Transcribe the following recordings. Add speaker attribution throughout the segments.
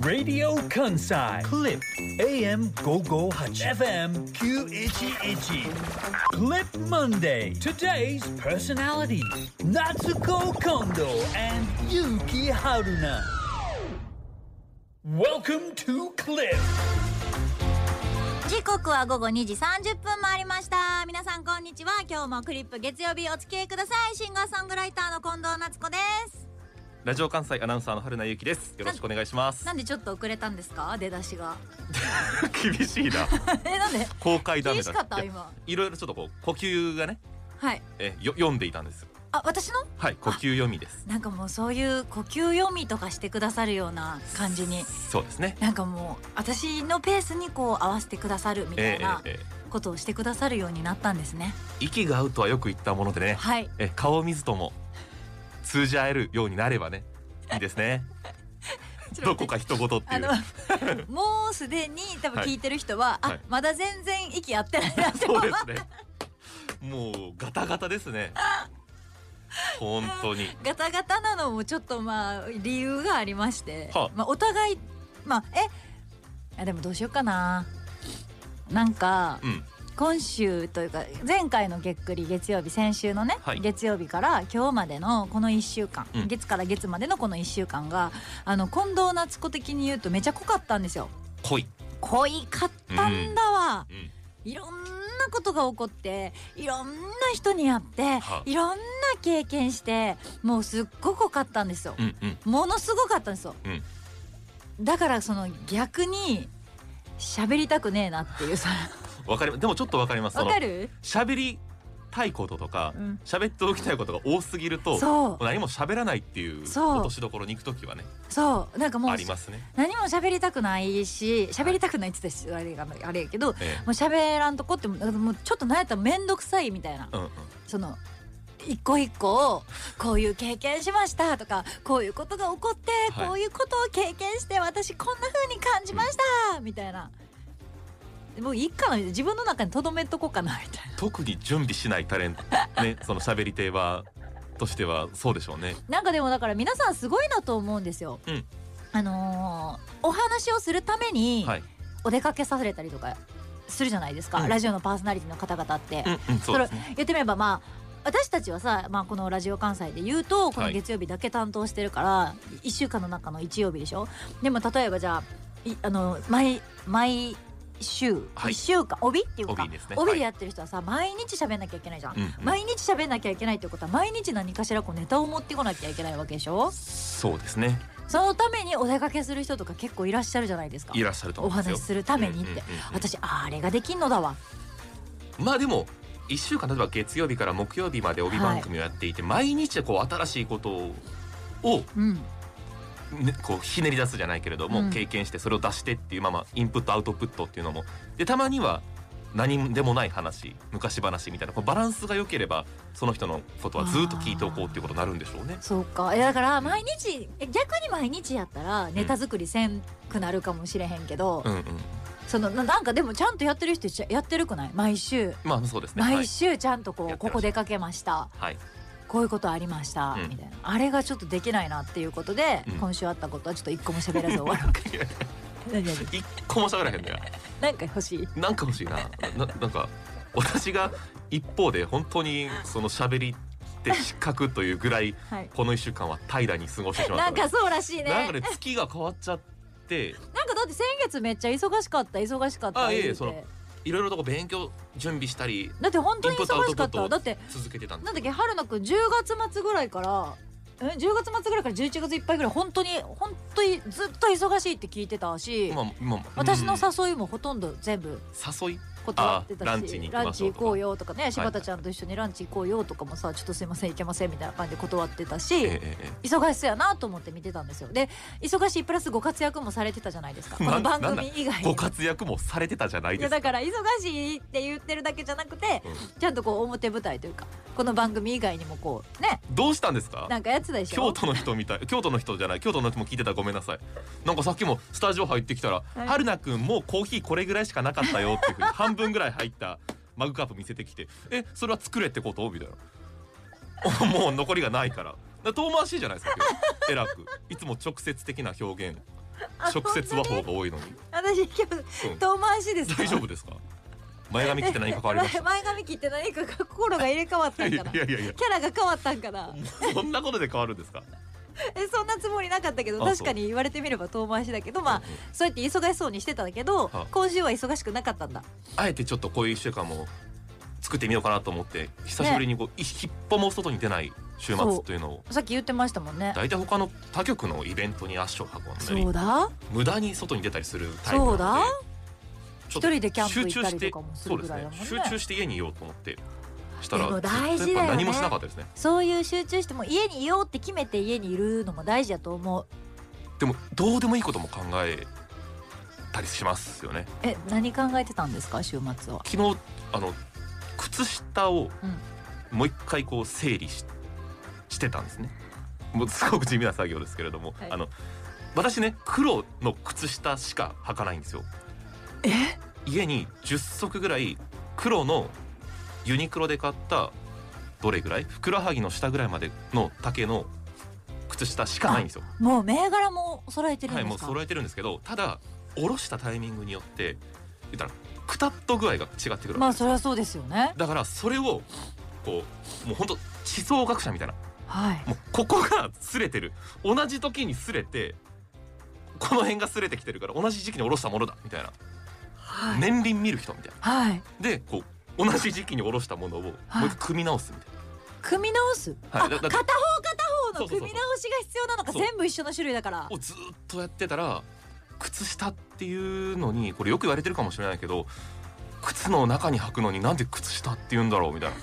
Speaker 1: ラディオ関西クリップ AM558FM911 Clip Monday Today's personality Natsuko Kondo and Yuki Haruna Welcome to Clip
Speaker 2: 時刻は午後2時30分回りました皆さんこんにちは今日もクリップ月曜日お付き合いくださいシンガーソングライターの近藤夏子です
Speaker 3: ラジオ関西アナウンサーの春名ゆきです。よろしくお願いします
Speaker 2: な。んでちょっと遅れたんですか出だしが
Speaker 3: 厳しいな。
Speaker 2: えなんで
Speaker 3: 公開ダメ
Speaker 2: 厳
Speaker 3: だ
Speaker 2: しかった
Speaker 3: いや
Speaker 2: 今
Speaker 3: いろいろちょっとこう呼吸がね、
Speaker 2: はい
Speaker 3: えよ読んでいたんですよ。
Speaker 2: あ私の
Speaker 3: はい、呼吸読みです。
Speaker 2: なんかもうそういう呼吸読みとかしてくださるような感じに
Speaker 3: そうですね。
Speaker 2: なんかもう私のペースにこう合わせてくださるみた
Speaker 3: え
Speaker 2: い
Speaker 3: え
Speaker 2: な
Speaker 3: えええ
Speaker 2: ことをしてくださるようになったんですね
Speaker 3: え息が合うとはよく言ったものでね、
Speaker 2: はい
Speaker 3: え顔を見ずとも通じ合えるようになればね、いいで すね。どこか一言って
Speaker 2: あ
Speaker 3: いう
Speaker 2: の。 もうすでに多分聞いてる人は、
Speaker 3: はいは
Speaker 2: あ
Speaker 3: い
Speaker 2: まだ全然息合ってないなって
Speaker 3: そうですね。もうガタガタです ね。本当に。
Speaker 2: ガタガタなのもちょっとまあ理由がありまして、
Speaker 3: はあ
Speaker 2: まあお互いまあえあでもどうしようかななんか
Speaker 3: うん。
Speaker 2: 今週というか前回の月っくり月曜日先週のね、
Speaker 3: はい
Speaker 2: 月曜日から今日までのこの1週間、
Speaker 3: うん
Speaker 2: 月から月までのこの1週間があの近藤夏子的に言うとめちゃ濃かったんですよ
Speaker 3: 濃い。
Speaker 2: 濃いかったんだわ、
Speaker 3: うん。
Speaker 2: いろんなことが起こっていろんな人に会って
Speaker 3: はい
Speaker 2: ろんな経験してもうすっごく濃かったんですよ、
Speaker 3: うんうん。
Speaker 2: ものすごかったんですよ、
Speaker 3: うん
Speaker 2: だからその逆に喋りたくねえなっていうさ
Speaker 3: わかりまでもちょっとわかります。 そ
Speaker 2: わ
Speaker 3: の
Speaker 2: かる、
Speaker 3: 喋りたいこととか
Speaker 2: うん、
Speaker 3: 喋っておきたいことが多すぎると、も
Speaker 2: そう
Speaker 3: う何も喋らないっていう
Speaker 2: そう
Speaker 3: 落としどころに行くときはね
Speaker 2: そうなんかもう
Speaker 3: ありますね。
Speaker 2: 何も喋りたくないし喋りたくないって言ったらあれがあれやけども
Speaker 3: え
Speaker 2: う喋らんとこってもうちょっと何やったら面倒くさいみたいな
Speaker 3: え、うんうん。
Speaker 2: その一個一個をこういう経験しましたとかこういうことが起こって、
Speaker 3: はい
Speaker 2: こういうことを経験して私こんな風に感じました、みたいなもういいかなみたいな自分の中にとどめとこうかなみ たい
Speaker 3: 特に準備しないタレントね、 その喋り手はとしてはそうでしょうね。
Speaker 2: ななんかでもだから皆さんすごいなと思うんですよ。
Speaker 3: うん
Speaker 2: あのーお話をするために
Speaker 3: はい。
Speaker 2: お出かけさせれたりとかするじゃないですか、
Speaker 3: うん
Speaker 2: ラジオのパーソナリティの方々って。
Speaker 3: うんうん。そうですね。
Speaker 2: 言ってみればまあ私たちはさ、まあ、このラジオ関西で言うとこの月曜日だけ担当してるから、1週間の中の1曜日でしょでも例えばじゃあいあの毎毎週
Speaker 3: はい
Speaker 2: 1週間、帯っていうか
Speaker 3: 帯ですね
Speaker 2: でやってる人はさ、毎日喋んなきゃいけないじゃん、
Speaker 3: うん、うん。
Speaker 2: 毎日喋んなきゃいけないってことは毎日何かしらこうネタを持ってこなきゃいけないわけでしょ
Speaker 3: そうですね。
Speaker 2: そのためにお出かけする人とか結構いらっしゃるじゃないですか
Speaker 3: いらっしゃると
Speaker 2: お
Speaker 3: 思うんですよ。
Speaker 2: 話しするためにって、
Speaker 3: うんうんうんうん
Speaker 2: 私あれができんのだわ
Speaker 3: まあでも一週間例えば月曜日から木曜日まで帯番組をやっていて、毎日こう新しいことをを
Speaker 2: うん
Speaker 3: ね、こうひねり出すじゃないけれども、
Speaker 2: うん
Speaker 3: 経験してそれを出してっていうままインプットアウトプットっていうのもでたまには何でもない話昔話みたいなこうバランスが良ければその人のことはずっと聞いておこうっていうことになるんでしょうね。
Speaker 2: そうかえだから毎日え逆に毎日やったらネタ作りせんくなるかもしれへんけど、
Speaker 3: うんうん、
Speaker 2: そのななんかでもちゃんとやってる人ちゃやってるくない毎週
Speaker 3: まあそうですね。は
Speaker 2: 毎
Speaker 3: い、
Speaker 2: 週ちゃんとこう、
Speaker 3: やって
Speaker 2: ここ
Speaker 3: ました
Speaker 2: 出かけました
Speaker 3: はい、
Speaker 2: こういうことありました、
Speaker 3: うん
Speaker 2: みたいなあれがちょっとできないなっていうことで、
Speaker 3: うん
Speaker 2: 今週あったことはちょっと一個も喋らず終わ ろうか何何
Speaker 3: 一個も喋らへんのや。
Speaker 2: なんか欲しい
Speaker 3: なんか欲しいな。ななんか私が一方で本当にその喋りって失格というぐらい
Speaker 2: はい
Speaker 3: この一週間は平らに過ごしてしまった
Speaker 2: なんかそうらしいね
Speaker 3: な
Speaker 2: なんん
Speaker 3: か
Speaker 2: か
Speaker 3: ね月が変わっちゃって。
Speaker 2: だって先月めっちゃ忙しかった忙しかった
Speaker 3: あいえいえ
Speaker 2: 言うて
Speaker 3: そのいろいろとこう勉強準備したり
Speaker 2: だって本当に
Speaker 3: インプットア
Speaker 2: 忙
Speaker 3: ウ
Speaker 2: し
Speaker 3: ト
Speaker 2: か
Speaker 3: プ
Speaker 2: っ
Speaker 3: ッ
Speaker 2: た
Speaker 3: ト
Speaker 2: だって
Speaker 3: 続けてたんで
Speaker 2: なんだ
Speaker 3: す
Speaker 2: っけ春菜くん10月末ぐらいからえ10月末ぐらいから11月いっぱいぐらい本当に本当にずっと忙しいって聞いてたし、
Speaker 3: 今も今も
Speaker 2: 私の
Speaker 3: うん
Speaker 2: 誘いもほとんど全部
Speaker 3: 誘い
Speaker 2: 断ってたし
Speaker 3: あランチに行きましょ
Speaker 2: ランチ行
Speaker 3: うとか
Speaker 2: こうよとかね柴田ちゃんと一緒にランチ行こうよとかもさちょっとすいません行けませんみたいな感じで断ってたし、
Speaker 3: えええ
Speaker 2: 忙しそうやなと思って見てたんですよで忙しいプラスご活躍もされてたじゃないですかこ
Speaker 3: な
Speaker 2: の番
Speaker 3: なんだ
Speaker 2: 組以外
Speaker 3: え
Speaker 2: に
Speaker 3: ご活躍もされてたじゃない
Speaker 2: い
Speaker 3: で
Speaker 2: や
Speaker 3: すか
Speaker 2: だから忙しいって言ってるだけじゃなくて、
Speaker 3: うん
Speaker 2: ちゃんとこう表舞台というかこの番組以外にもこうね
Speaker 3: どうしたんですか
Speaker 2: なんかやつでしょ
Speaker 3: 京都の人みたい京都の人じゃない京都の人も聞いてたらごめんなさいなんかさっきもスタジオ入ってきたら「
Speaker 2: はい
Speaker 3: 春菜くんもうコーヒーこれぐらいしかなかったよ」っていうふうに半分ぐらい入ったマグカップ見せてきて「えそれは作れってこと?」みたいな もう残りがないからだから遠回しじゃないですか今日偉くいつも直接的な表現
Speaker 2: あ
Speaker 3: 直接和法が多いのに
Speaker 2: 私今日遠回しですか
Speaker 3: 大丈夫ですか前髪切って何か変わりまし
Speaker 2: 前髪切って何か心が入れ替わった
Speaker 3: た
Speaker 2: ん
Speaker 3: い
Speaker 2: か
Speaker 3: や
Speaker 2: なキ
Speaker 3: いやいやいや
Speaker 2: ャラが変わったんかな
Speaker 3: そんなことで変わるんですか
Speaker 2: えそんなつもりなかったけど
Speaker 3: あそう
Speaker 2: 確かに言われてみれば遠回しだけどまあそうやって忙しそうにしてたんだけど
Speaker 3: は
Speaker 2: 今週は忙しくなかったんだ
Speaker 3: あえてちょっとこういう一週間も作ってみようかなと思って久しぶりにこう、一一歩も外に出ない週末というのを
Speaker 2: さっき言ってましたもんね
Speaker 3: 大体他の他局のイベントに足を運んだ
Speaker 2: そう
Speaker 3: り
Speaker 2: だ
Speaker 3: 無駄に外に出たりするタイプなので
Speaker 2: そうだ
Speaker 3: ちょ
Speaker 2: 一
Speaker 3: っと
Speaker 2: 人でキャンプ行った
Speaker 3: 集中し
Speaker 2: り
Speaker 3: て
Speaker 2: とかもす
Speaker 3: そ
Speaker 2: るぐ
Speaker 3: うです
Speaker 2: らいだも
Speaker 3: ね
Speaker 2: んね
Speaker 3: 集中して家にいようと思ってした
Speaker 2: でも
Speaker 3: ら
Speaker 2: 大事だよね
Speaker 3: やっぱ何もしなかったですね
Speaker 2: そういう集中してもう家にいようって決めて家にいるのも大事だと思う
Speaker 3: でもどうでもいいことも考えたりしますよね
Speaker 2: え何考えてたんですか週末は
Speaker 3: 昨日あの靴下をもう一回こう整理ししてたんですねもうすごく地味な作業ですけれども、
Speaker 2: はい
Speaker 3: あの私ね黒の靴下しか履かないんですよ家に10足ぐらい黒のユニクロで買ったどれぐらいふくらはぎの下ぐらいまでの丈の靴下しかないんですよ
Speaker 2: もう銘柄も揃えてるん
Speaker 3: は
Speaker 2: で
Speaker 3: い、
Speaker 2: すか、
Speaker 3: もう揃えてるんですけどただ下ろしたタイミングによって言ったらくたっと具合が違ってくる
Speaker 2: ま
Speaker 3: わ
Speaker 2: あ
Speaker 3: けです
Speaker 2: そ
Speaker 3: よ
Speaker 2: りゃそうですよね
Speaker 3: だからそれをこうもう本当思想学者みたいな
Speaker 2: はい
Speaker 3: もうここが擦れてる同じ時に擦れてこの辺が擦れてきてるから同じ時期に下ろしたものだみたいな
Speaker 2: はい、
Speaker 3: 年輪見る人みたい
Speaker 2: はい
Speaker 3: なでこう同じ時期に下ろしたものをもう
Speaker 2: はい
Speaker 3: 一回組み直すみたいな。
Speaker 2: 組み直す、
Speaker 3: はい
Speaker 2: あ
Speaker 3: だだ
Speaker 2: 片方片方
Speaker 3: そ
Speaker 2: の
Speaker 3: うそうそう
Speaker 2: 組み直しが必要なのか
Speaker 3: そう
Speaker 2: 全部一緒の種類だから
Speaker 3: をずっとやってたら靴下っていうのにこれよく言われてるかもしれないけど靴の中に履くのになんで靴下って言うんだろうみたいな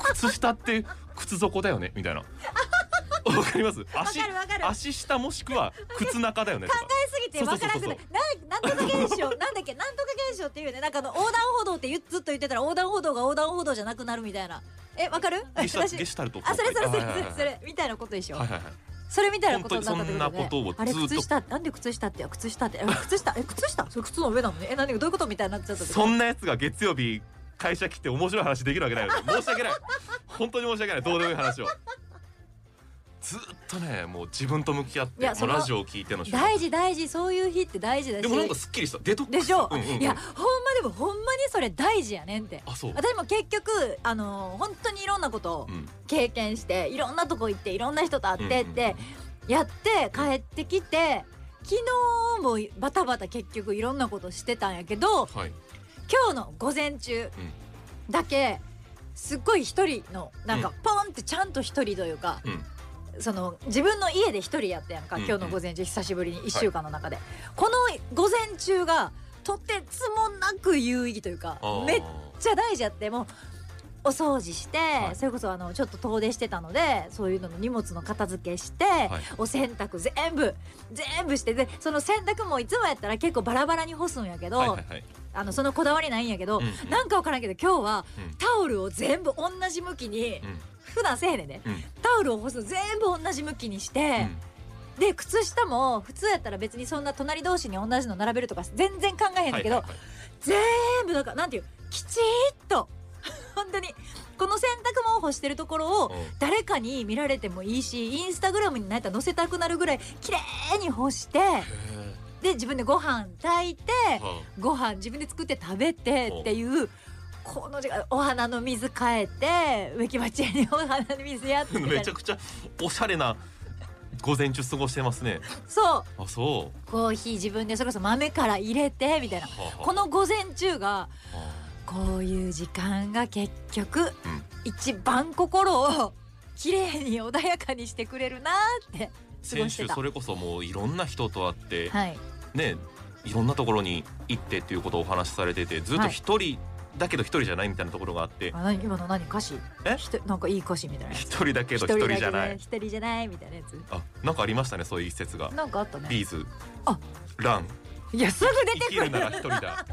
Speaker 3: 靴下って靴底だよねみたいなわかります
Speaker 2: わ
Speaker 3: 足
Speaker 2: かるわかる考
Speaker 3: 足下もしくは靴中だよねとか
Speaker 2: えすぎてわからなくない
Speaker 3: そうそう
Speaker 2: なんなんとか現象なんだっけなんとか現象っていうねなんかあの横断歩道ってゆずっと言ってたら横断歩道が横断歩道じゃなくなるみたいなえわかる
Speaker 3: ゲシュタ
Speaker 2: 私
Speaker 3: ゲシュタルト
Speaker 2: あそれそれそれそれそ
Speaker 3: はい
Speaker 2: れみたいなことでしょ、
Speaker 3: はいはいはい
Speaker 2: それみたいなことになったってこと
Speaker 3: 本当にそんなことをず
Speaker 2: ね
Speaker 3: っと
Speaker 2: あれ靴下なんで靴下ってや靴下ってえ靴下え靴下それ靴の上なのねえ何がどういうことみたいになっちゃったってこと
Speaker 3: そんなやつが月曜日会社来て面白い話できるわけないよ ね申し訳ない本当に申し訳ないどうでもいい話をずっとねもう自分と向き合っ
Speaker 2: い
Speaker 3: て
Speaker 2: や
Speaker 3: も
Speaker 2: そうの
Speaker 3: ラジオを聞いての週末
Speaker 2: 大事大事そういう日って大事だし
Speaker 3: でもなんかすっきりしたデトックス
Speaker 2: でしょ、
Speaker 3: うんうんうん
Speaker 2: いやほんまでもほんまにそれ大事やねんって
Speaker 3: あそう
Speaker 2: 私も結局あの本当にいろんなことを
Speaker 3: うん
Speaker 2: 経験していろんなとこ行っていろんな人と会ってっ
Speaker 3: うんうん
Speaker 2: てやって帰ってきて昨日もバタバタ結局いろんなことしてたんやけど、
Speaker 3: はい
Speaker 2: 今日の午前中だけ、すっごい一人のなんか
Speaker 3: うん
Speaker 2: ポンってちゃんと一人というか、
Speaker 3: うん
Speaker 2: その自分の家で一人やったやんか、
Speaker 3: うんうん
Speaker 2: 今日の午前中久しぶりに1週間の中で、この午前中がとてつもなく有意義というか
Speaker 3: あー
Speaker 2: めっちゃ大事やってもうお掃除して、
Speaker 3: い
Speaker 2: それこそあのちょっと遠出してたのでそういうのの荷物の片付けして、
Speaker 3: はい
Speaker 2: お洗濯全部全部してでその洗濯もいつもやったら結構バラバラに干すんやけど、
Speaker 3: はいはいはい
Speaker 2: あのそのこだわりないんやけど、
Speaker 3: うんうん
Speaker 2: なんかわからんけど今日は
Speaker 3: うん
Speaker 2: タオルを全部同じ向きに、
Speaker 3: うん
Speaker 2: 普段せえへんねんね
Speaker 3: うん
Speaker 2: タオルを干すの全部同じ向きにし
Speaker 3: う
Speaker 2: て、
Speaker 3: ん
Speaker 2: で靴下も普通やったら別にそんな隣同士に同じの並べるとか全然考えへんねんけど、
Speaker 3: はいはいはい
Speaker 2: 全部なんかなんていうきちっと 本当にこの洗濯物を干してるところを
Speaker 3: うん
Speaker 2: 誰かに見られてもいいしインスタグラムに何やったら載せたくなるぐらい綺麗に干して
Speaker 3: へ
Speaker 2: で自分でご飯炊いて
Speaker 3: ーは
Speaker 2: ご飯自分で作って食べてっていうこの時間お花の水変えて植木鉢にお花の水やって
Speaker 3: あ
Speaker 2: みた
Speaker 3: め
Speaker 2: い
Speaker 3: ち
Speaker 2: な
Speaker 3: ゃくちゃおしゃれな午前中過ごしてます ね
Speaker 2: そう
Speaker 3: あそう
Speaker 2: コーヒー自分でそれこそ豆から入れてみたいな
Speaker 3: はあはあ
Speaker 2: この午前中が
Speaker 3: あ
Speaker 2: こういう時間が結局
Speaker 3: ーうん
Speaker 2: 一番心を綺麗に穏やかにしてくれるなって過ご
Speaker 3: 先
Speaker 2: して
Speaker 3: 週
Speaker 2: た
Speaker 3: そ。れこそもういろんな人と会って
Speaker 2: はい、
Speaker 3: ねいろんなところに行ってっていうことをお話しされててずっと一人だけど一人じゃないみたいなところがあって
Speaker 2: あ何今の何歌詞
Speaker 3: え
Speaker 2: ひとなんかいい歌詞みたいなや
Speaker 3: 一
Speaker 2: つ
Speaker 3: 人だけど一人じゃない
Speaker 2: 一人だけで一人じゃないみたいなやつ
Speaker 3: あなんかありましたねそういう一節が
Speaker 2: なんかあったね
Speaker 3: ビーズ
Speaker 2: あ
Speaker 3: ラン
Speaker 2: いやすぐ出て
Speaker 3: 生き
Speaker 2: く
Speaker 3: る
Speaker 2: る
Speaker 3: なら一人だ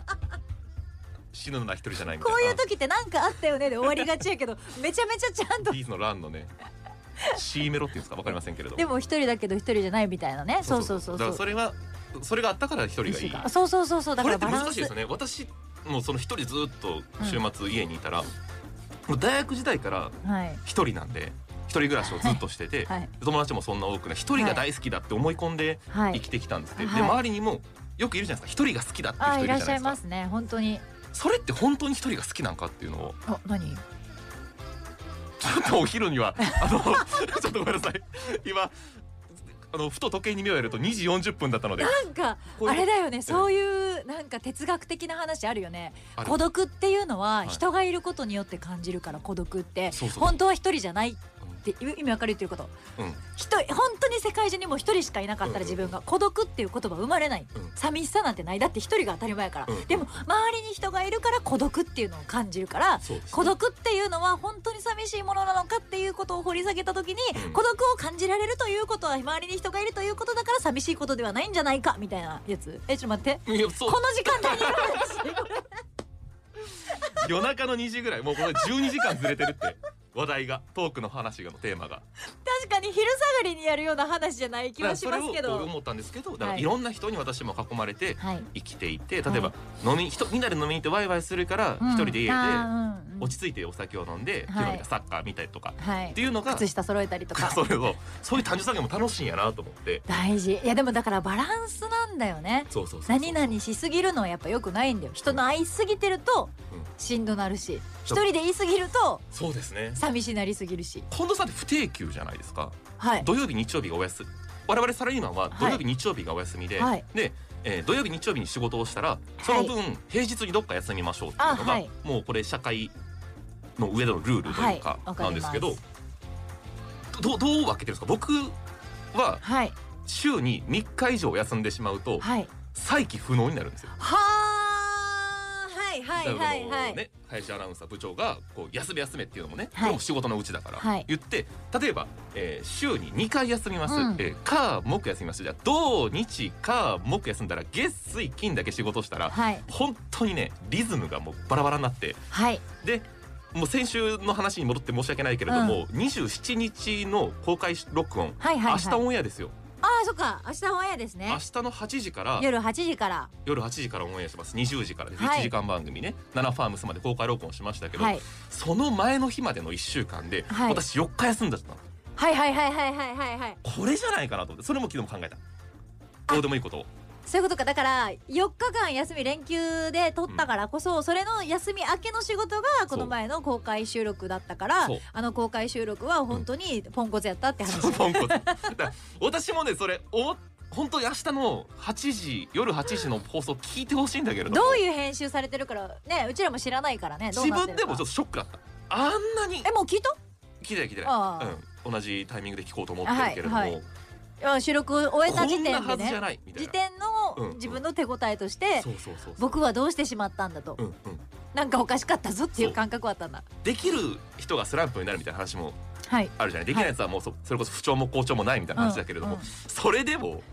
Speaker 3: 死ぬなら一人じゃないみたい
Speaker 2: こ
Speaker 3: な
Speaker 2: ういう時ってなんかあったよねで終わりがちやけどめちゃめちゃちゃんと
Speaker 3: ビーズのランのね C メロっていうんですかわかりませんけれど
Speaker 2: でも一人だけど一人じゃないみたいなねそうそうそうそう
Speaker 3: だからそれはそれがあったから一人がいい
Speaker 2: 一緒かそうそうそうそうだ
Speaker 3: こ
Speaker 2: か
Speaker 3: れ
Speaker 2: ら
Speaker 3: って
Speaker 2: バラ
Speaker 3: 難
Speaker 2: ン
Speaker 3: しいです
Speaker 2: ス
Speaker 3: よね私もうその一人ずっと週末家にいたら、もう大学時代から
Speaker 2: はい
Speaker 3: 一人なんで一人暮らしをずっとしてて、
Speaker 2: はい
Speaker 3: 友達もそんな多くない一人が大好きだって思い込んで
Speaker 2: は
Speaker 3: 生
Speaker 2: い
Speaker 3: きてきたんですけど、
Speaker 2: はい
Speaker 3: で周りにもよくいるじゃないですか一人が好きだっていう
Speaker 2: あ
Speaker 3: 人
Speaker 2: い
Speaker 3: いる
Speaker 2: らっ
Speaker 3: じゃ
Speaker 2: し
Speaker 3: な
Speaker 2: ゃい
Speaker 3: いですか
Speaker 2: ますね本当に
Speaker 3: それって本当に一人が好きなんかっていうの を
Speaker 2: あ何
Speaker 3: ちょっとお昼にはあの ちょっとごめんなさい今あのふと時計に目をやると2時40分だったので
Speaker 2: なんか
Speaker 3: こういう
Speaker 2: あれだよねそういうなんか哲学的な話あるよね
Speaker 3: ある
Speaker 2: 孤独っていうのはい人がいることによって感じるから孤独って
Speaker 3: そうそう
Speaker 2: 本当は一人じゃないって意味わかる言ってること
Speaker 3: うん
Speaker 2: 人本当に世界中にもう一人しかいなかったら
Speaker 3: うんうん
Speaker 2: 自分が孤独っていう言葉生まれない
Speaker 3: うん
Speaker 2: 寂しさなんてないだって一人が当たり前やから
Speaker 3: うん
Speaker 2: でも周りに人がいるから孤独っていうのを感じるから
Speaker 3: そうですね
Speaker 2: 孤独っていうのは本当に寂しいものなのかっていうことを掘り下げた時に
Speaker 3: うん
Speaker 2: 孤独を感じられるということは周りに人がいるということだから寂しいことではないんじゃないかみたいなやつえちょっと待って
Speaker 3: いやそう
Speaker 2: この時間帯にいる話これ
Speaker 3: 夜中の2時ぐらいもうこれ12時間ずれてるって話題がトークの話がのテーマが
Speaker 2: 確かに昼下がりにやるような話じゃない気はしますけ
Speaker 3: だからそれをこう
Speaker 2: ど
Speaker 3: 思ったんですけどだから
Speaker 2: はい
Speaker 3: いろんな人に私も囲まれて
Speaker 2: はい
Speaker 3: 生きていて例えば
Speaker 2: は
Speaker 3: 飲み人みんなで飲みに行ってワイワイするから一人で家で
Speaker 2: 落
Speaker 3: 落ち着いてお酒を飲んで
Speaker 2: はい
Speaker 3: 昨日サッカー見たりとか
Speaker 2: はい
Speaker 3: っていうのが
Speaker 2: 靴下揃えたりとか
Speaker 3: そういうのそういう単純作業も楽しいんやなと思って
Speaker 2: 大事いやでもだからバランスなんだよね
Speaker 3: そうそうそうそう
Speaker 2: 何々しすぎるのはやっぱ良くないんだよ人の愛しすぎてると
Speaker 3: うん
Speaker 2: しんどなるし一
Speaker 3: そう
Speaker 2: 人で言いすぎると
Speaker 3: そうですね
Speaker 2: 寂しなりすぎるし
Speaker 3: 近藤さんって不定休じゃないですか
Speaker 2: はい
Speaker 3: 土曜日日曜日がお休み我々サラリーマンは土曜日日曜日がお休みで、
Speaker 2: はい
Speaker 3: で、えー土曜日日曜日に仕事をしたらその分、平日にどっか休みましょうっていうのが、
Speaker 2: あはい
Speaker 3: もうこれ社会の上でのルールというか
Speaker 2: はいわかります
Speaker 3: なんですけど、どどう分けてるんですか僕は
Speaker 2: はい
Speaker 3: 週に3日以上休んでしまうと
Speaker 2: はい
Speaker 3: 再起不能になるんですよ。
Speaker 2: はあはいはい
Speaker 3: だから
Speaker 2: はいは
Speaker 3: この
Speaker 2: い
Speaker 3: ね、林アナウンサー部長がこう休め休めっていうのもね、
Speaker 2: はい
Speaker 3: これも仕事のうちだから、
Speaker 2: はい
Speaker 3: 言って例えば、えー週に2回休みます、
Speaker 2: うん
Speaker 3: えー火木休みますじゃあ土日火木休んだら月水金だけ仕事したら
Speaker 2: はい
Speaker 3: 本当にねリズムがもうバラバラになって
Speaker 2: はい
Speaker 3: でもう先週の話に戻って申し訳ないけれども、27日の公開録音、
Speaker 2: はいはいはい
Speaker 3: 明日オンエアですよ
Speaker 2: ああそっか明日オンエアですね
Speaker 3: 明日の8時から
Speaker 2: 夜8時から
Speaker 3: 夜8時からオンエアします20時からです、
Speaker 2: はい
Speaker 3: 1時間番組ね「ナナファームス」まで公開録音しましたけど、
Speaker 2: はい
Speaker 3: その前の日までの1週間で、
Speaker 2: はい
Speaker 3: 私4日休んだったの
Speaker 2: はいはいはいはいはいはいはい
Speaker 3: これじゃないかなと思ってそれも昨日も考えたどうでもいいことを
Speaker 2: そういうことかだから4日間休み連休で取ったからこそ、それの休み明けの仕事がこの前の公開収録だったから
Speaker 3: そう
Speaker 2: あの公開収録は本当にポンコツやったって話、
Speaker 3: そうポンコツだから私もねそれお本当に明日の8時夜8時の放送聞いてほしいんだけれども
Speaker 2: どういう編集されてるからねうちらも知らないからねどう
Speaker 3: 自
Speaker 2: なって
Speaker 3: 分
Speaker 2: る
Speaker 3: で
Speaker 2: か
Speaker 3: もちょっとショックだったあんなに
Speaker 2: えもう聞いた
Speaker 3: 聞いてない聞いて
Speaker 2: あ
Speaker 3: な
Speaker 2: あ
Speaker 3: い、うん、同じタイミングで聞こうと思ってるけれども、
Speaker 2: はいはいあ収録を終えた時
Speaker 3: こんな
Speaker 2: 点
Speaker 3: は
Speaker 2: で
Speaker 3: ずじゃ
Speaker 2: ね
Speaker 3: ないみたい
Speaker 2: 時
Speaker 3: な
Speaker 2: 点
Speaker 3: うんう
Speaker 2: の
Speaker 3: ん
Speaker 2: 自分の手応えとして、
Speaker 3: そうそうそうそう
Speaker 2: 僕はどうしてしまったんだと、
Speaker 3: うんうん
Speaker 2: なんかおかしかったぞっていう
Speaker 3: そう
Speaker 2: 感覚はあったんだ
Speaker 3: できる人がスランプになるみたいな話も
Speaker 2: はい
Speaker 3: あるじゃないできないやつはもうそそれこそ不調も好調もないみたいな話だけれど
Speaker 2: う
Speaker 3: も、
Speaker 2: んうん
Speaker 3: それでも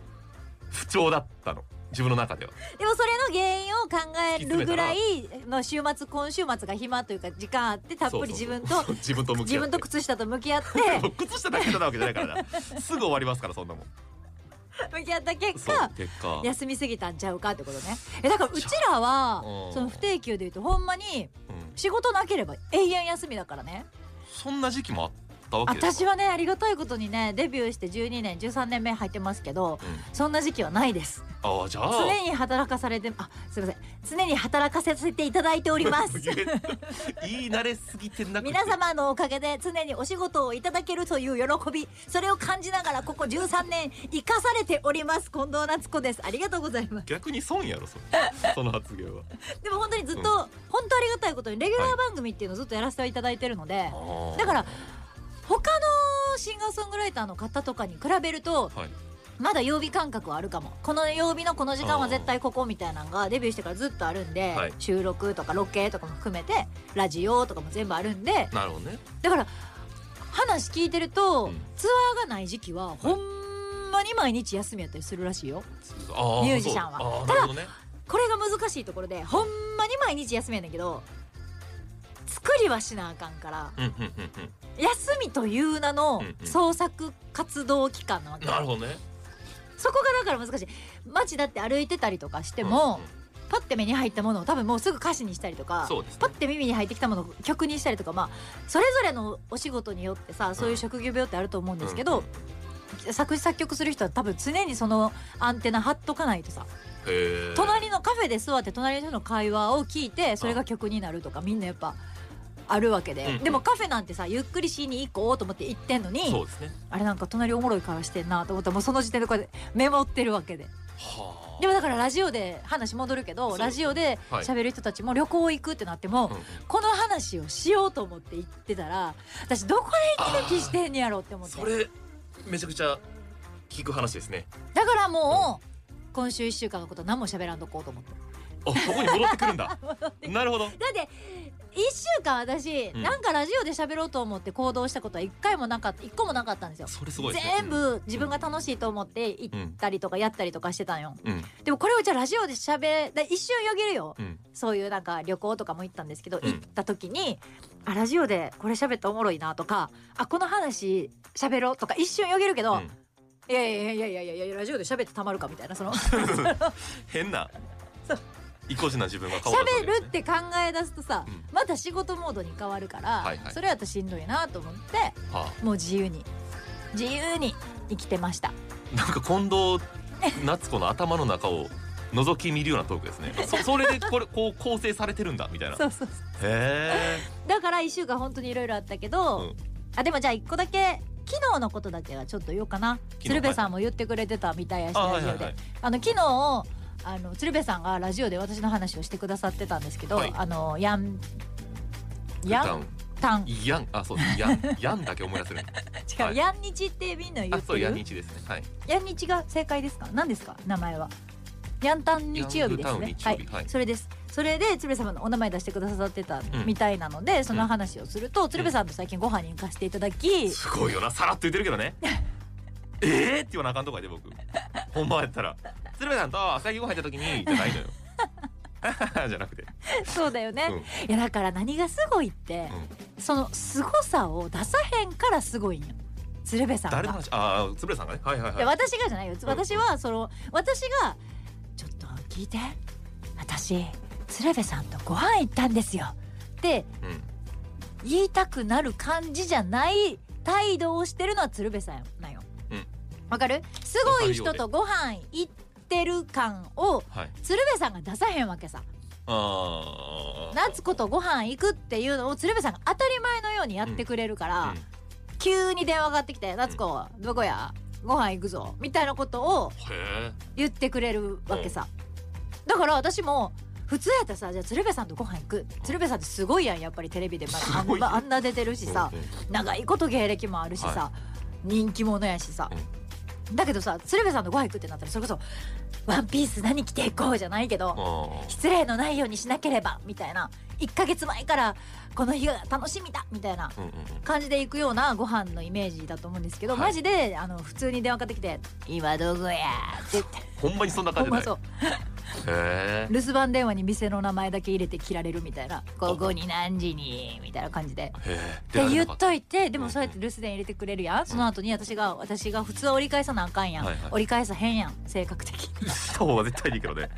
Speaker 3: 不調だったの自分の中では
Speaker 2: でもそれの原因を考えるぐらいの週末今週末が暇というか時間あってたっぷり
Speaker 3: そ
Speaker 2: 自
Speaker 3: うそう
Speaker 2: 分
Speaker 3: そう
Speaker 2: と
Speaker 3: 自分と 向き
Speaker 2: 自
Speaker 3: 合っ
Speaker 2: 分
Speaker 3: て
Speaker 2: と靴下と向き合って
Speaker 3: もう 靴下だけだなわけじゃないから なすぐ終わりますからそんなもん
Speaker 2: 向き合った結
Speaker 3: そう
Speaker 2: 果
Speaker 3: 結果
Speaker 2: 休みすぎたんちゃうかってことねえだからうちらは
Speaker 3: うん
Speaker 2: その不定休でいうとほんまに
Speaker 3: うん、
Speaker 2: 仕事なければ永遠休みだからね
Speaker 3: そんな時期もあったわけです
Speaker 2: 私
Speaker 3: か
Speaker 2: はねありがたいことにねデビューして12年13年目入ってますけどそんな時期はないです
Speaker 3: うん、ああじゃあ
Speaker 2: 常に働かされてあすいません常に働かせていただいております
Speaker 3: 言い慣れすぎてなくて
Speaker 2: 皆様のおかげで常にお仕事をいただけるという喜びそれを感じながらここ13年生かされております近藤夏子ですありがとうございます
Speaker 3: 逆に損やろそれその発言は
Speaker 2: でも本当にずっと、
Speaker 3: うん
Speaker 2: 本当ありがたいことにレギュラー番組っていうのをずっとやらせていただいてるので、だから他のシンガーソングライターの方とかに比べると
Speaker 3: はい
Speaker 2: まだ曜日感覚はあるかもこの曜日のこの時間は絶対ここみたいなのがデビューしてからずっとあるんで、
Speaker 3: はい
Speaker 2: 収録とかロケとかも含めてラジオとかも全部あるんで
Speaker 3: なるほどね
Speaker 2: だから話聞いてると、
Speaker 3: うん
Speaker 2: ツアーがない時期はほんまに毎日休みやったりするらしいよ
Speaker 3: あ
Speaker 2: ミュージシャンは
Speaker 3: そうあーなるほどね
Speaker 2: これが難しいところでほんまに毎日休みやねんけど作りはしなあかんから
Speaker 3: うんうんうん
Speaker 2: 休みという名の
Speaker 3: うんうん
Speaker 2: 創作活動期間なわ
Speaker 3: う
Speaker 2: け
Speaker 3: ん
Speaker 2: よ
Speaker 3: なるほどね
Speaker 2: そこがだから難しい街だって歩いてたりとかしても、パッて目に入ったものを多分もうすぐ歌詞にしたりと
Speaker 3: うんう
Speaker 2: か
Speaker 3: ん、そうです
Speaker 2: パ
Speaker 3: ね
Speaker 2: ッて耳に入ってきたものを曲にしたりとかまあそれぞれのお仕事によってさそういう職業病ってあると思うんですけど、作詞作曲する人は多分常にそのアンテナ張っとかないとさ
Speaker 3: うんへえ
Speaker 2: 隣のカフェで座って隣の人の会話を聞いてそれが曲になるとかみんなやっぱあるわけで、
Speaker 3: うんうん
Speaker 2: でもカフェなんてさゆっくりしに行こうと思って行ってんの
Speaker 3: そ
Speaker 2: に
Speaker 3: うですね
Speaker 2: あれなんか隣おもろい会話してんなと思ったらもうその時点でこうやってメモってるわけで
Speaker 3: はあ
Speaker 2: でもだからラジオで話戻るけ
Speaker 3: そ
Speaker 2: ど
Speaker 3: うですね
Speaker 2: ラジオで
Speaker 3: はい
Speaker 2: 喋る人たちも旅行行くってなっても、
Speaker 3: うんうん
Speaker 2: この話をしようと思って行ってたら私どこで息抜きしてんやろって思って
Speaker 3: それめちゃくちゃ聞く話ですね
Speaker 2: だからもう、今週1週間のこと何も喋らんとこうと思って
Speaker 3: あそこに戻ってくるん だなるほど
Speaker 2: だって1週間私、
Speaker 3: うん
Speaker 2: なんかラジオで喋ろうと思って行動したことは1回もなかった1個もなかったんですよ
Speaker 3: それすごいですね
Speaker 2: 全部自分が楽しいと思って行ったりとかやったりとかしてたんよ、
Speaker 3: うん
Speaker 2: でもこれをじゃあラジオで喋だ一瞬よぎるよ、
Speaker 3: うん
Speaker 2: そういうなんか旅行とかも行ったんですけど、
Speaker 3: うん
Speaker 2: 行った時にあラジオでこれ喋ったらおもろいなとかあこの話喋ろうとか一瞬よぎるけど、
Speaker 3: うん
Speaker 2: いやいやいやいやいやいやいやラジオで喋ってたまるかみたいなその
Speaker 3: 変な
Speaker 2: そう
Speaker 3: 意固地な自分が 顔を出すわ
Speaker 2: 喋
Speaker 3: けです
Speaker 2: る
Speaker 3: ね
Speaker 2: って考え出すとさ、
Speaker 3: うん
Speaker 2: また仕事モードに変わるから、
Speaker 3: はいはい
Speaker 2: それやとしんどいなと思って
Speaker 3: は
Speaker 2: もう自由に自由に生きてました
Speaker 3: あなんか近藤夏子の頭の中を覗き見るようなトークです ねそそれでこれこう構成されてるんだみたいなへ
Speaker 2: そうそうそう
Speaker 3: え
Speaker 2: だから1週間本当にいろいろあったけど、
Speaker 3: うん
Speaker 2: あでもじゃあ1個だけ昨日のことだけはちょっと言おうかな
Speaker 3: 昨日
Speaker 2: 鶴瓶さんも言ってくれてたみたいやし
Speaker 3: あは
Speaker 2: ラ
Speaker 3: い
Speaker 2: ジ
Speaker 3: は
Speaker 2: オ
Speaker 3: い
Speaker 2: で
Speaker 3: はい
Speaker 2: あの昨日あの鶴瓶さんがラジオで私の話をしてくださってたんですけど、
Speaker 3: はい
Speaker 2: あのヤンヤンタン違
Speaker 3: ヤンあそうですヤンヤンだけ思い出せる
Speaker 2: う、
Speaker 3: はい
Speaker 2: ヤン日ってみんな言
Speaker 3: あ
Speaker 2: って
Speaker 3: そう
Speaker 2: る
Speaker 3: ヤ
Speaker 2: ヤ
Speaker 3: ン
Speaker 2: ン
Speaker 3: 日ですねはい
Speaker 2: 日が正解ですか何ですか名前はヤンタン日曜日ですね
Speaker 3: ヤンタン日曜日はい
Speaker 2: それですそれで鶴瓶様のお名前出してくださってた
Speaker 3: ん
Speaker 2: みたいなので、その話をすると、鶴瓶さんと最近ご飯に行かせていただき、
Speaker 3: すごいよなさらっと言ってるけどねえーって言わなあかんとこやで僕ほんまやったら鶴瓶さんと最近ご飯行った時にじゃないのよ じゃなくて、
Speaker 2: そうだよね、
Speaker 3: うんうん
Speaker 2: いやだから何がすごいって、その凄さを出さへんからすごいんよ鶴瓶さんが
Speaker 3: 誰の話ああ鶴瓶さんがねはいはい
Speaker 2: い
Speaker 3: はい
Speaker 2: や私がじゃないよ
Speaker 3: ん
Speaker 2: 私はその私がちょっと聞いて私鶴瓶さんとご飯行ったんですよって
Speaker 3: うん
Speaker 2: 言いたくなる感じじゃない態度をしてるのは鶴瓶さんなんよ
Speaker 3: うん
Speaker 2: わかるすごい人とご飯行ってる感を
Speaker 3: はい
Speaker 2: 鶴瓶さんが出さへんわけさ
Speaker 3: あー
Speaker 2: 夏子とご飯行くっていうのを鶴瓶さんが当たり前のようにやってくれるから、
Speaker 3: うん
Speaker 2: 急に電話がかかってきて「夏子どこやご飯行くぞ」みたいなことを
Speaker 3: へ
Speaker 2: 言ってくれるわけさ、だから私も普通やったらさじゃあ鶴瓶さんとご飯行く鶴瓶さんってすごいやんやっぱりテレビで、まあ、あ
Speaker 3: すごい
Speaker 2: んなあんな出てる
Speaker 3: え
Speaker 2: しさ
Speaker 3: うんうん
Speaker 2: 長いこと芸歴もあるしさ、
Speaker 3: は
Speaker 2: 人気者やしさ、だけどさ鶴瓶さんとご飯行くってなったらそれこそ「ワンピース何着ていこう」じゃないけど、
Speaker 3: あ
Speaker 2: 失礼のないようにしなければみたいな1ヶ月前からこの日が楽しみだみたいな
Speaker 3: ーうんうんうん
Speaker 2: 感じで行くようなご飯のイメージだと思うんですけど、
Speaker 3: はい
Speaker 2: マジであの普通に電話かかってきて「今どこや」って言って
Speaker 3: ほんまにそんな感
Speaker 2: ほん
Speaker 3: じな
Speaker 2: ま
Speaker 3: い
Speaker 2: そう
Speaker 3: へ
Speaker 2: 留守番電話に店の名前だけ入れて切られるみたいな「ここに何時に」みたいな感じで。
Speaker 3: えへ
Speaker 2: って言っ
Speaker 3: った
Speaker 2: といてでもそうやって留守電入れてくれるやん、その後に私が私が普通は折り返さなあかんやん、
Speaker 3: はいはい
Speaker 2: 折り返さへんやん性格的に
Speaker 3: した方が絶対いいけどね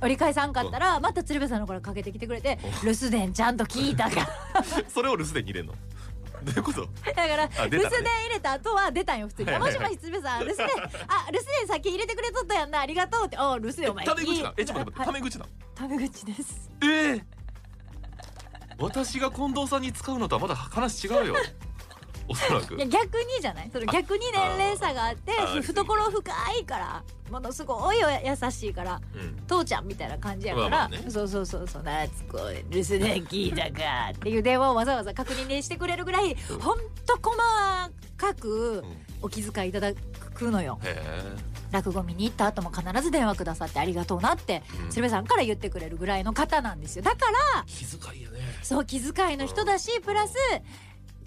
Speaker 2: 折り返さんかったらまた鶴瓶さんの頃かけてきてくれて「留守電ちゃんと聞いたから」
Speaker 3: それを留守電に入れんのどういうこと
Speaker 2: だから
Speaker 3: あ
Speaker 2: 留
Speaker 3: 出
Speaker 2: 守電
Speaker 3: たね
Speaker 2: 入れた後は出たんよ普通に「
Speaker 3: はいはい
Speaker 2: も
Speaker 3: はい
Speaker 2: しもし鶴瓶さん留守電あ留守電先入れてくれとったやんなありがとう」って「おう留守電お前
Speaker 3: タメ口
Speaker 2: い
Speaker 3: ないえちょっと待って
Speaker 2: は
Speaker 3: タ
Speaker 2: い
Speaker 3: メ口な
Speaker 2: タメ口です
Speaker 3: えー私が近藤さんに使うのとはまだ話違 うよおそらく
Speaker 2: いや逆にじゃないその逆に年齢差があって
Speaker 3: あー
Speaker 2: ふ懐深いからものすごいお優しいから
Speaker 3: うん
Speaker 2: 父ちゃんみたいな感じやから、
Speaker 3: まあまあね
Speaker 2: そうそうそうそう「夏子留守電聞いたか」っていう電話をわざわざ確認してくれるぐらい
Speaker 3: うん
Speaker 2: ほんと細かく
Speaker 3: うん
Speaker 2: お気遣いいただくのよ
Speaker 3: へえ、
Speaker 2: 落語見に行った後も必ず電話くださってありがとうなって
Speaker 3: うん
Speaker 2: 鶴瓶さんから言ってくれるぐらいの方なんですよだから
Speaker 3: 気遣いやね
Speaker 2: そう気遣いの人だしプラス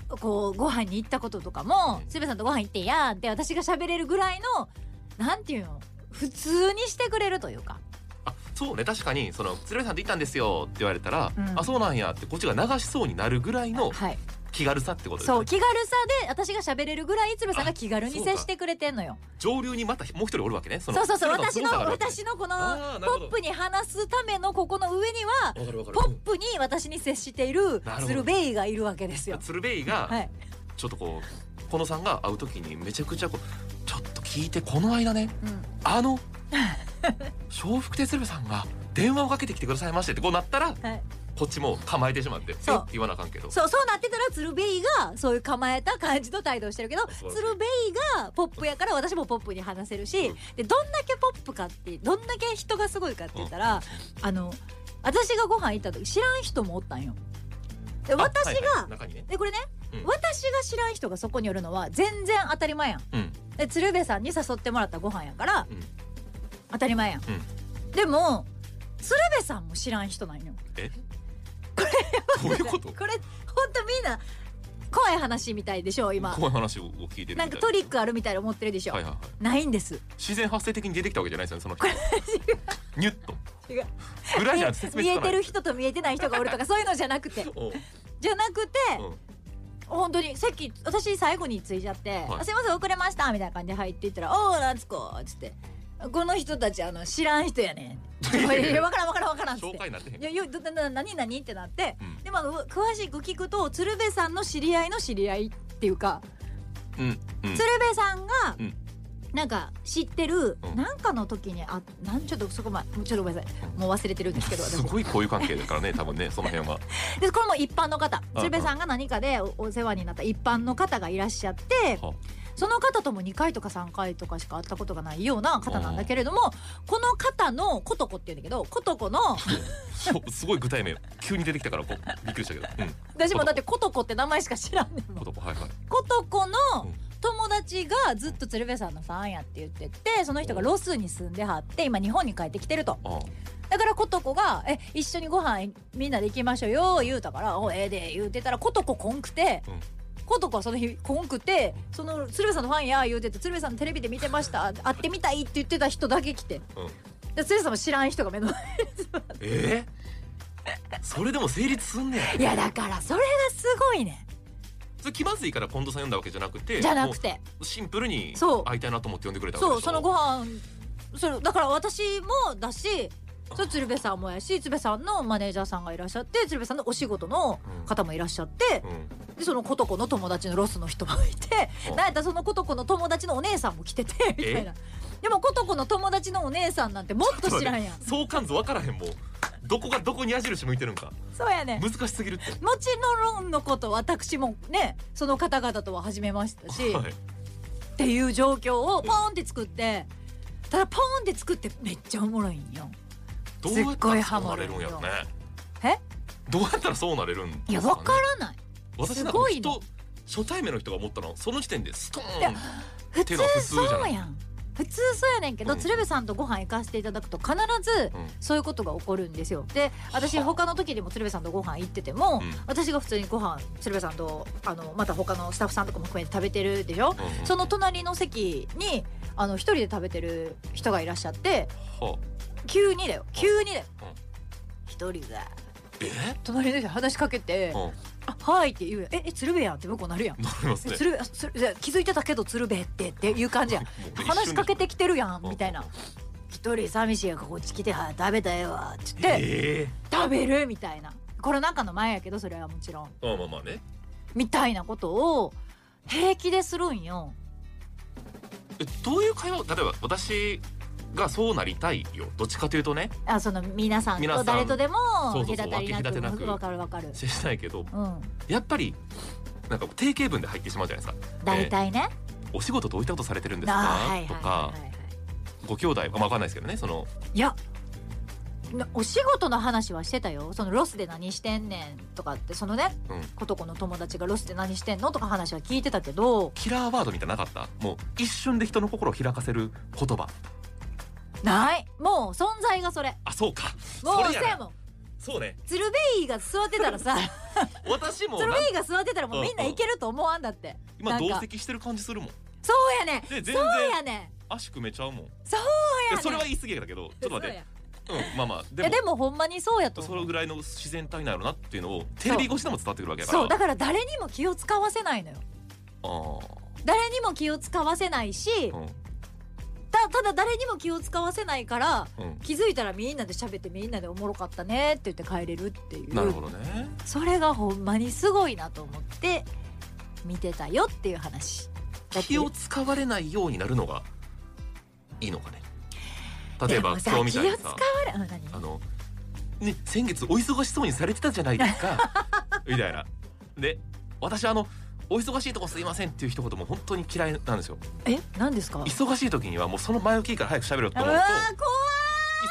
Speaker 2: こうご飯に行ったこととかも
Speaker 3: うん
Speaker 2: 鶴瓶さんとご飯行ってやんって私が喋れるぐらいのなんていうの普通にしてくれるというか
Speaker 3: あそうね確かにその「鶴瓶さんと行ったんですよ」って言われたら「
Speaker 2: うん
Speaker 3: あそうなんや」ってこっちが流しそうになるぐらいの
Speaker 2: はい
Speaker 3: 気軽さってことです
Speaker 2: そう
Speaker 3: ね
Speaker 2: 気軽さで私が喋れるぐらい鶴瓶さんが気軽に接してくれてんのよ
Speaker 3: 上流にまたもう一人おるわけねそ
Speaker 2: そうそうそう私
Speaker 3: 鶴
Speaker 2: の
Speaker 3: 瓶さん凄さがあるわけね
Speaker 2: 私のこの
Speaker 3: あーなる
Speaker 2: ポ
Speaker 3: ほど
Speaker 2: ップに話すためのここの上には
Speaker 3: わかるわかる
Speaker 2: ポップに私に接している
Speaker 3: なるほど
Speaker 2: 鶴瓶がいるわけです
Speaker 3: うん
Speaker 2: よ。
Speaker 3: 鶴瓶が、
Speaker 2: はい、
Speaker 3: ちょっとこうこのさんが会う時にめちゃくちゃこうちょっと聞いてこの間ね
Speaker 2: うん、
Speaker 3: あの笑福亭鶴瓶さんが電話をかけてきてくださいましてってこうなったら
Speaker 2: はい、
Speaker 3: こっちも構えてしまって「えっ?」
Speaker 2: そう
Speaker 3: て言わなあかんけど
Speaker 2: そうそうなってたら鶴瓶がそういう構えた感じの態度をしてるけど
Speaker 3: 素晴らしい
Speaker 2: 鶴瓶がポップやから私もポップに話せるし
Speaker 3: うん
Speaker 2: でどんだけポップかってどんだけ人がすごいかって言ったらあの私がご飯行った時知らん人もおったんよ。で
Speaker 3: あ
Speaker 2: 私
Speaker 3: はいはい
Speaker 2: が
Speaker 3: 中にね
Speaker 2: でこれね、
Speaker 3: うん
Speaker 2: 私が知らん人がそこに寄るのは全然当たり前やん。
Speaker 3: うん
Speaker 2: で鶴瓶さんに誘ってもらったご飯やから
Speaker 3: うん
Speaker 2: 当たり前やん、でも鶴瓶さんも知らん人なんよ
Speaker 3: えどういうこと
Speaker 2: これほんとみんな怖い話みたいでしょ今
Speaker 3: 怖い話を聞いてるみたい
Speaker 2: なんかトリックあるみたいな思ってるでしょ、
Speaker 3: はいはいはい
Speaker 2: ないんです
Speaker 3: 自然発生的に出てきたわけじゃないですよねその人ニュッと
Speaker 2: 違う
Speaker 3: ぐらいじゃ説明
Speaker 2: 見え
Speaker 3: つかな
Speaker 2: て
Speaker 3: い
Speaker 2: る人と見えてない人がおるとかそういうのじゃなくて
Speaker 3: おう
Speaker 2: じゃなくて、
Speaker 3: うん
Speaker 2: 本当にさっき私最後に着いちゃって「
Speaker 3: はい
Speaker 2: あすいません遅れました」みたいな感じで入っていったら「おお夏子」っつって「この人たちあの知らん人やねん」 いやいやわからんわからんわからん」っつっ
Speaker 3: 紹
Speaker 2: て
Speaker 3: 介になってへん
Speaker 2: いやよなな何何ってなって、
Speaker 3: うん
Speaker 2: でまあう詳しく聞くと鶴瓶さんの知り合いの知り合いっていうか、
Speaker 3: うんうん
Speaker 2: 鶴瓶さんが、
Speaker 3: うん
Speaker 2: なんか知ってる、
Speaker 3: うん
Speaker 2: なんかの時にあなんちょっとそこまでちょっとごめんなさいもう忘れてるん ですけど私
Speaker 3: すごいこういう関係だからね多分ねその辺は
Speaker 2: でこれも一般の方
Speaker 3: うん
Speaker 2: 鶴瓶さんが何かでおお世話になった一般の方がいらっしゃって
Speaker 3: は
Speaker 2: その方とも2回とか3回とかしか会ったことがないような方なんだけれどもこの方のコトコっていうんだけどコト コの
Speaker 3: そうすごい具体名急に出てきたからこうびっくりしたけど うん
Speaker 2: 私もだってコトコって名前しか知らんねんもん
Speaker 3: 言葉はいはい
Speaker 2: コトコの
Speaker 3: うん
Speaker 2: 友達がずっと鶴瓶さんのファンやって言っててその人がロスに住んではって今日本に帰ってきてると
Speaker 3: ああ
Speaker 2: だからコトコが「え一緒にご飯みんなで行きましょうよ」言うたから「おええで」言うてたらコトコこんくて、
Speaker 3: うん
Speaker 2: コトコはその日こんくてその鶴瓶さんのファンや言うてて鶴瓶さんのテレビで見てました会ってみたいって言ってた人だけ来て
Speaker 3: うん
Speaker 2: で鶴瓶さんも知らん人が目の前
Speaker 3: ええそれでも成立すんね
Speaker 2: い
Speaker 3: や
Speaker 2: やだからそれがすごいね
Speaker 3: それ気まずいから近藤さん読んだわけじゃなくて
Speaker 2: じゃなくて
Speaker 3: もうシンプルに
Speaker 2: そう
Speaker 3: 会いたいなと思って呼んでくれたわけ
Speaker 2: そ
Speaker 3: で
Speaker 2: う
Speaker 3: しょ
Speaker 2: そのご飯それだから私もだしそう鶴瓶さんもやし鶴瓶さんのマネージャーさんがいらっしゃって鶴瓶さんのお仕事の方もいらっしゃって、
Speaker 3: うん
Speaker 2: でそのコトコの友達のロスの人もい て
Speaker 3: うん
Speaker 2: なんやったらそのコトコの友達のお姉さんも来ててみたいなでもコトコの友達のお姉さんなんてもっと知らんやん
Speaker 3: 相関図分からへんもうどこがどこに矢印向いてるんか
Speaker 2: そうやね
Speaker 3: 難しすぎるって
Speaker 2: もちろんのこと私もねその方々とは始めましたし、
Speaker 3: はい
Speaker 2: っていう状況をポーンって作ってただポーンって作ってめっちゃおもろいんよ
Speaker 3: どうや
Speaker 2: すっ
Speaker 3: った
Speaker 2: ごい
Speaker 3: ら
Speaker 2: ハ
Speaker 3: そう
Speaker 2: マ
Speaker 3: な
Speaker 2: る
Speaker 3: れるんやろね
Speaker 2: え
Speaker 3: どうやったらそうなれるんですか、ね、
Speaker 2: いやわからない
Speaker 3: 私なん
Speaker 2: す
Speaker 3: か
Speaker 2: ごいの
Speaker 3: 人初対面の人が思ったのその時点でストーン
Speaker 2: 普
Speaker 3: て
Speaker 2: 通
Speaker 3: いうのは普通じゃない
Speaker 2: そうやん普通そうやねんけど、
Speaker 3: うん
Speaker 2: 鶴瓶さんとご飯行かせていただくと必ず
Speaker 3: うん
Speaker 2: そういうことが起こるんですよで私
Speaker 3: はあ
Speaker 2: 他の時でも鶴瓶さんとご飯行ってても、
Speaker 3: うん
Speaker 2: 私が普通にご飯鶴瓶さんとあのまた他のスタッフさんとかも含めて食べてるでしょ、
Speaker 3: うんうん
Speaker 2: その隣の席にあの一人で食べてる人がいらっしゃって
Speaker 3: は
Speaker 2: 急にだよ急にだよ
Speaker 3: うん
Speaker 2: 一、人が
Speaker 3: え
Speaker 2: 隣の人に話しかけて
Speaker 3: うん
Speaker 2: 「あはい」って言うやんええ鶴瓶やん」って向こうなるやん。
Speaker 3: なりますね
Speaker 2: 鶴瓶あ鶴いや気づいてたけど鶴瓶ってっていう感じやん
Speaker 3: もうね
Speaker 2: 話しかけてきてるやん
Speaker 3: うん
Speaker 2: みたいな「一人寂しいがこっち来ては食べたよ」って言って
Speaker 3: え
Speaker 2: 「食べる」みたいなコロナ禍の前やけどそれはもちろん
Speaker 3: えまあまあまあね
Speaker 2: みたいなことを平気でするんよ
Speaker 3: えどういう会話を例えば私がそうなりたいよどっちかというとね
Speaker 2: あその皆さん
Speaker 3: 皆
Speaker 2: と
Speaker 3: さん
Speaker 2: 誰とでも
Speaker 3: そうそう
Speaker 2: 隔
Speaker 3: そう
Speaker 2: たりな
Speaker 3: 分け隔てな
Speaker 2: く
Speaker 3: く
Speaker 2: わかるわかる
Speaker 3: 接したいけど
Speaker 2: うん
Speaker 3: やっぱりなんか定型文で入ってしまうじゃないですか
Speaker 2: 大体ね
Speaker 3: お仕事どういったことされてるんです
Speaker 2: あ
Speaker 3: か
Speaker 2: ーはい
Speaker 3: と
Speaker 2: はい
Speaker 3: か
Speaker 2: はいはい
Speaker 3: ご兄弟まあわかんないですけどねその
Speaker 2: いやなお仕事の話はしてたよそのロスで何してんねんとかってそのね、
Speaker 3: うん
Speaker 2: ことこの友達がロスで何してんのとか話は聞いてたけど
Speaker 3: キラーワードみたいなのなかったもう一瞬で人の心を開かせる言葉
Speaker 2: ないもう存在がそれ
Speaker 3: あそうか
Speaker 2: もう
Speaker 3: それ
Speaker 2: せ
Speaker 3: や
Speaker 2: や
Speaker 3: な
Speaker 2: もん
Speaker 3: そうね
Speaker 2: 鶴瓶が座ってたら さ
Speaker 3: 私も
Speaker 2: 鶴
Speaker 3: なん
Speaker 2: 瓶が座ってたらもうみんないけると思わんだって
Speaker 3: 今
Speaker 2: なん
Speaker 3: 同
Speaker 2: か
Speaker 3: 席してる感じするもん
Speaker 2: そうやねん
Speaker 3: で全然
Speaker 2: そうやねん
Speaker 3: 足組めちゃうもんい
Speaker 2: そうやね
Speaker 3: や
Speaker 2: ん
Speaker 3: それは言い過ぎやけどちょっと待ってうんまあまあ
Speaker 2: い
Speaker 3: で
Speaker 2: や
Speaker 3: も
Speaker 2: でもほんまにそうやと
Speaker 3: そ
Speaker 2: 思
Speaker 3: れ
Speaker 2: う
Speaker 3: ぐらいの自然体なのなっていうのをテレビ越しでも伝わってくるわけやから
Speaker 2: そうだから誰にも気を使わせないのよ
Speaker 3: あ
Speaker 2: 誰にも気を使わせないし
Speaker 3: ー
Speaker 2: たただ誰にも気を使わせないから
Speaker 3: うんうん
Speaker 2: 気づいたらみんなで喋ってみんなでおもろかったねって言って帰れるっていう
Speaker 3: なるほどね
Speaker 2: それがほんまにすごいなと思って見てたよっていう話だって
Speaker 3: 気を使われないようになるのがいいのかね例えば
Speaker 2: でもさ
Speaker 3: 今日みたいに
Speaker 2: 気を
Speaker 3: さ
Speaker 2: 使われうん何
Speaker 3: あの、ね、先月お忙しそうにされてたじゃないで すかみたいなで私あのお忙しいとこすいませんっていう一言も本当に嫌いなんですよ
Speaker 2: え何ですか
Speaker 3: 忙しい時にはもうその前置きいいから早く喋ろうと
Speaker 2: う
Speaker 3: 思う
Speaker 2: わー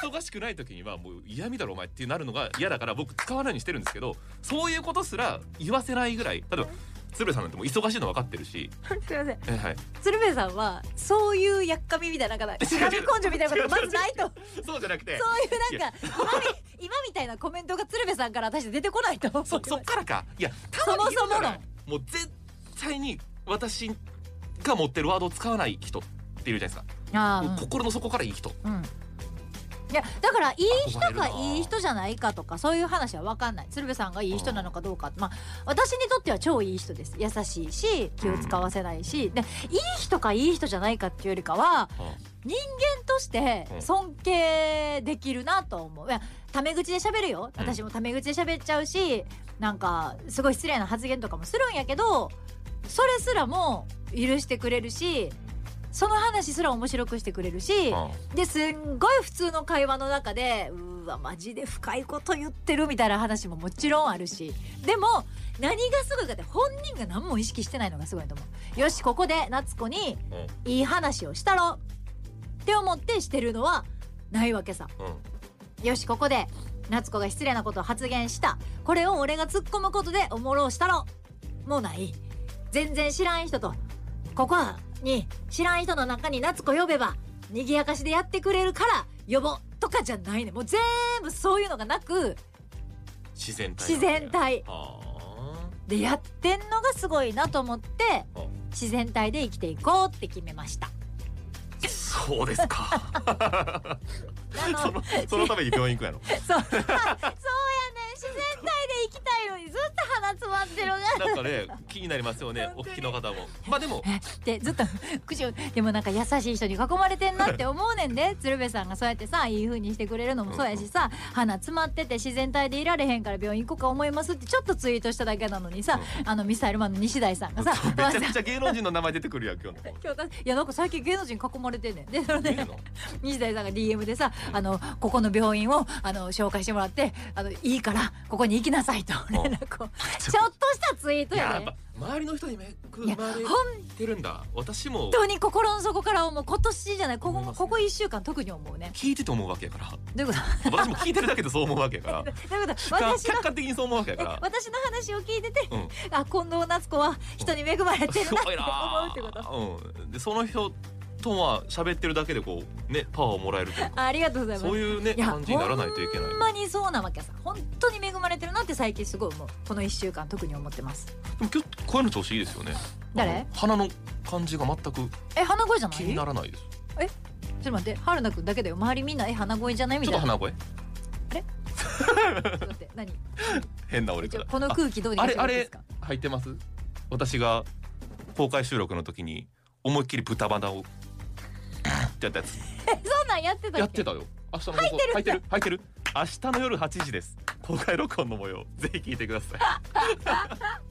Speaker 2: 怖
Speaker 3: と忙しくない時にはもう嫌味だろお前ってなるのが嫌だから僕使わないようにしてるんですけどそういうことすら言わせないぐらい例えば鶴瓶さんなんてもう忙しいの分かってるし、
Speaker 2: いすいません
Speaker 3: えはい、
Speaker 2: 鶴瓶さんはそういうやっかみみたいななんかしがみ根性みたいなことまずないと
Speaker 3: そうじゃなくて
Speaker 2: そういうなんか今み今みたいなコメントが鶴瓶さんから私出てこないと思う
Speaker 3: そそっからかいやた
Speaker 2: そ
Speaker 3: ま
Speaker 2: も
Speaker 3: にいる
Speaker 2: そ
Speaker 3: じゃ
Speaker 2: も
Speaker 3: ない
Speaker 2: 論
Speaker 3: もう絶対に私が持ってるワードを使わない人っているじゃないですか、
Speaker 2: あ
Speaker 3: もう心の底からいい人
Speaker 2: うんいやだからいい人
Speaker 3: 憧れ
Speaker 2: か
Speaker 3: るない
Speaker 2: い人じゃないかとかそういう話は分かんない鶴瓶さんがいい人なのかどうかまあ私にとっては超いい人です優しいし気を使わせないし、でいい人かいい人じゃないかっていうよりかは人間として
Speaker 3: うん
Speaker 2: 尊敬できるなと思ういやタメ口で喋るよ
Speaker 3: うん
Speaker 2: 私もタメ口で喋っちゃうしなんかすごい失礼な発言とかもするんやけどそれすらも許してくれるしその話すら面白くしてくれるし、
Speaker 3: うん
Speaker 2: ですんごい普通の会話の中でうーわマジで深いこと言ってるみたいな話ももちろんあるしでも何がすごいかって本人が何も意識してないのがすごいと思うよしここで夏子に
Speaker 3: うん
Speaker 2: いい話をしたろって思ってしてるのはないわけさ
Speaker 3: うん
Speaker 2: よしここで夏子が失礼なことを発言したこれを俺が突っ込むことでおもろうしたろもうない全然知らん人とここに知らん人の中に夏子呼べば賑やかしでやってくれるから呼ぼうとかじゃないねもう全部そういうのがなく
Speaker 3: 自然体
Speaker 2: 自然体
Speaker 3: あ
Speaker 2: でやってんのがすごいなと思って
Speaker 3: ーあ
Speaker 2: 自然体で生きていこうって決めました
Speaker 3: そうですか
Speaker 2: なの
Speaker 3: そのそのために病院行くやろ
Speaker 2: そう そうやね自然体で行きたいのにずっと鼻詰ま ってるが
Speaker 3: なんかね気になりますよね
Speaker 2: 本
Speaker 3: お
Speaker 2: 当に
Speaker 3: 聞きの方も まあでも
Speaker 2: ってずっと口をでもなんか優しい人に囲まれてんなって思うねん で鶴瓶さんがそうやってさいい風にしてくれるのもそうやしさ鼻詰まってて自然体でいられへんから病院行こうか思いますってちょっとツイートしただけなのにさあのミサイルマンの西大さんが さ
Speaker 3: め
Speaker 2: わ
Speaker 3: ち
Speaker 2: ざ
Speaker 3: ゃくちゃ芸能人の名前出てくるやん今日の
Speaker 2: 今日いやなんか最近芸能人囲まれてんねんでそれで、
Speaker 3: 芸能
Speaker 2: 西大さんが DM でさあのここの病院をあの紹介してもらってあのいいからここに行きなさいと連絡をちょっとしたツイート
Speaker 3: いや
Speaker 2: や
Speaker 3: やっ
Speaker 2: ね
Speaker 3: ぱ周りの人に恵
Speaker 2: いや
Speaker 3: まれ
Speaker 2: 本
Speaker 3: てるんだ私も
Speaker 2: 当に心の底から思う今年じゃないここ
Speaker 3: 思いますね
Speaker 2: ここ1週間特に思うね
Speaker 3: 聞いてて思うわけやから
Speaker 2: どういうこと
Speaker 3: 私も聞いてるだけでそう思うわけや から
Speaker 2: だけど
Speaker 3: 主観
Speaker 2: 私の
Speaker 3: 客観的にそう思うわけや
Speaker 2: え
Speaker 3: から
Speaker 2: 私の話を聞いてて、
Speaker 3: うん
Speaker 2: あ近藤夏子は人に恵まれて るなって思うって
Speaker 3: すご
Speaker 2: こ
Speaker 3: い
Speaker 2: と
Speaker 3: な。うん、でその人とは喋ってるだけでこうねパワーをもらえ るというか
Speaker 2: ありがとうございます
Speaker 3: そういうね
Speaker 2: いや
Speaker 3: 感じにならないといけない
Speaker 2: ほん。まにそうなわけさ本当に恵まれてるなって最近すごい思うこの1週間特に思ってます
Speaker 3: でも今日声の調子いいですよね。
Speaker 2: 誰
Speaker 3: あの鼻の感じが全く
Speaker 2: え鼻声じゃない
Speaker 3: 気にならないです。
Speaker 2: ちょっと待って春菜くんだけだよ周りみんなえ鼻声じゃないみ
Speaker 3: ちょったと
Speaker 2: いな
Speaker 3: 鼻声
Speaker 2: ちょっと待って何
Speaker 3: 変な俺
Speaker 2: ち
Speaker 3: か
Speaker 2: ょ
Speaker 3: ら。
Speaker 2: この空気どうにかして
Speaker 3: あ
Speaker 2: も
Speaker 3: あれ
Speaker 2: いいですか
Speaker 3: あ入ってます？私が公開収録の時に思いっきり豚鼻をってやったやつ。
Speaker 2: そんなんやってたっけ
Speaker 3: やってたよ。明日の放送入ってる入ってる明日の夜8時です。公開録音の模様ぜひ聞いてください。